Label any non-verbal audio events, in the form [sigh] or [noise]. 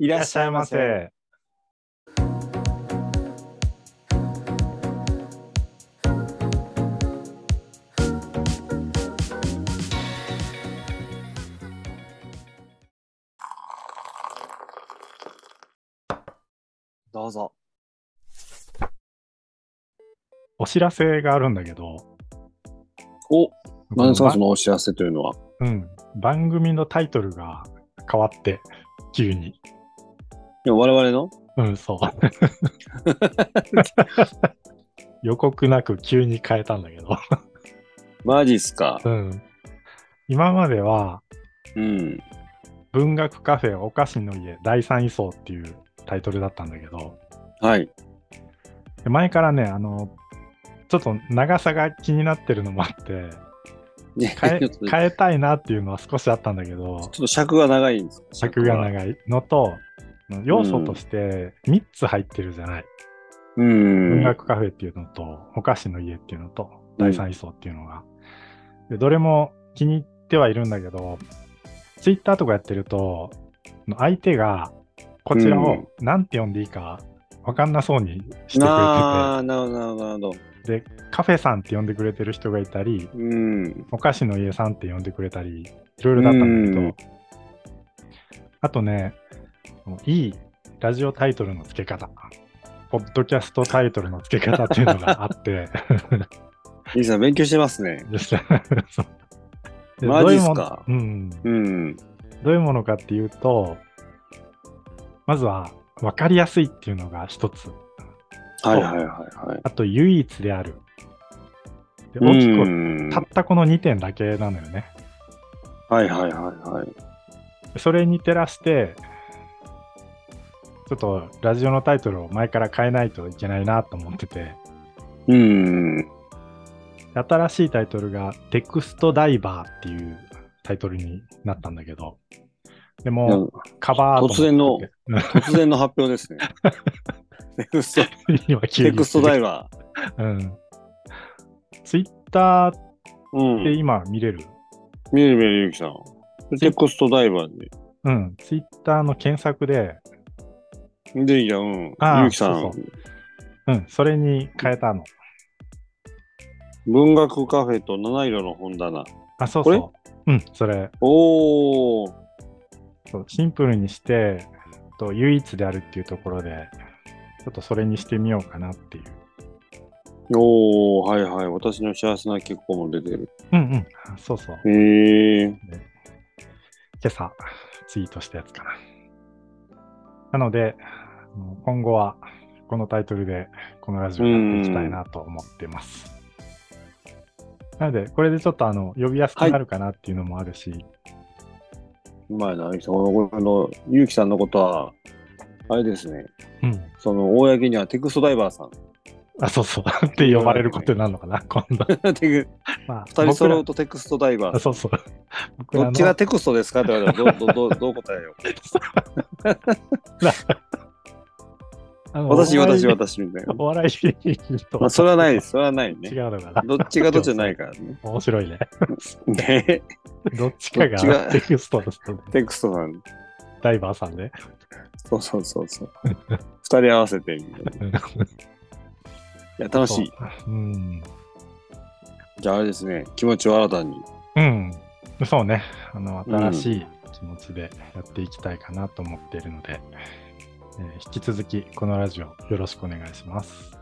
いいらっしゃいませ。。どうぞ。お知らせがあるんだけど。お何ですか、そばのお知らせというのは。うん。番組のタイトルが変わって、急に。いや、我々のう [laughs] ん、そう。予告なく急に変えたんだけど。マジっすか。うん。今までは、うん。文学カフェお菓子の家第三位層っていうタイトルだったんだけど、はい。で前からね、あの、ちょっと長さが気になってるのもあって、ね [laughs] 変ちょえっと変えたいなっていうのは少しあったんだけどちょっ、と尺が長いんですか尺がい。長いのと、要素として3つ入ってるじゃない。う文ん。学カフェっていうのと、お菓子の家っていうのと、第三位層っていうのが。でどれも気に入ってはいるんだけど、ツイッターとかやってると、相手がこちらを何て呼んでいいか分かんなそうにしてくれてて、ああ、なるほど、なるほどなるほど。カフェさんって呼んでくれてる人がいたり、うん。お菓子の家さんって呼んでくれたり、いろいろだったんだうけんど、あとね、いいラジオタイトルの付け方、ポッドキャストタイトルの付け方っていうのがあ [laughs] って、リーさん、勉強してますね。でした。そうでマジっすどういうものかうん。うん。どういうものかっていうと、まずは分かりやすいっていうのが一つ。はいはいはいはい。あと唯一である。でう大きく、んたったこの2点だけなのよね。はいはいはいはい。それに照らして、ちょっとラジオのタイトルを前から変えないといけないなと思ってて、うん。新しいタイトルがテクストダイバーっていうタイトルになったんだけど、でなもんかカバーアートも突然の作って突然の発表ですね。テクスト、 [laughs] 今急にテクストダイバうん。ツイッターっー。うてん。今見れる見る見るゆきさん。テクストダイバーで。うん。ツイッターの検索で、で、いや、うんあ。ーゆきさんそうそうん、それに変えたの。文学カフェと七色の本棚。あ、そうそう。うん、それおー。そう。シンプルにして、と唯一であるっていうところで、ちょっとそれにしてみようかなっていう。おー、はいはい。私の幸せな結婚も出てる。うんうん。あそうそう。へえ。今朝ツイートしたやつかな。なので、もう今後はこのタイトルでこのラジオやっていきたいなと思ってます。なので、これでちょっとあの呼びやすくなるかなっていうのもあるし、まあ、なにその、あの、ゆうきさんのことは、あれですね。うん。その、公にはテクストダイバーさん。あ、そうそう。って呼ばれることになるのかな、今 [laughs] 度。テクまあ、二人揃うと。とテクストダイバあー。そうそう。僕らどのっちがテクストですかって言われたら、ど、ど、どどう [laughs] 答えよう。あの私、お笑私、い私みたいな。 [laughs] お笑い芸人と、まあ、それはないです。それはない違 [laughs] ね。うのかな。どっちがどっちじゃないからね。面白いね。 [laughs] ねどっちかどっちががテクストの人でテクストさん。ダイバーさんで。そうそうそうそう。二人合わせてみたいな。いうんや、楽しい。うん。じゃあ、あれですね。気持ちを新たに。うん。そうね。あの、うん新しい気持ちでやっていきたいかなと思っているので、えー引き続きこのラジオよろしくお願いします。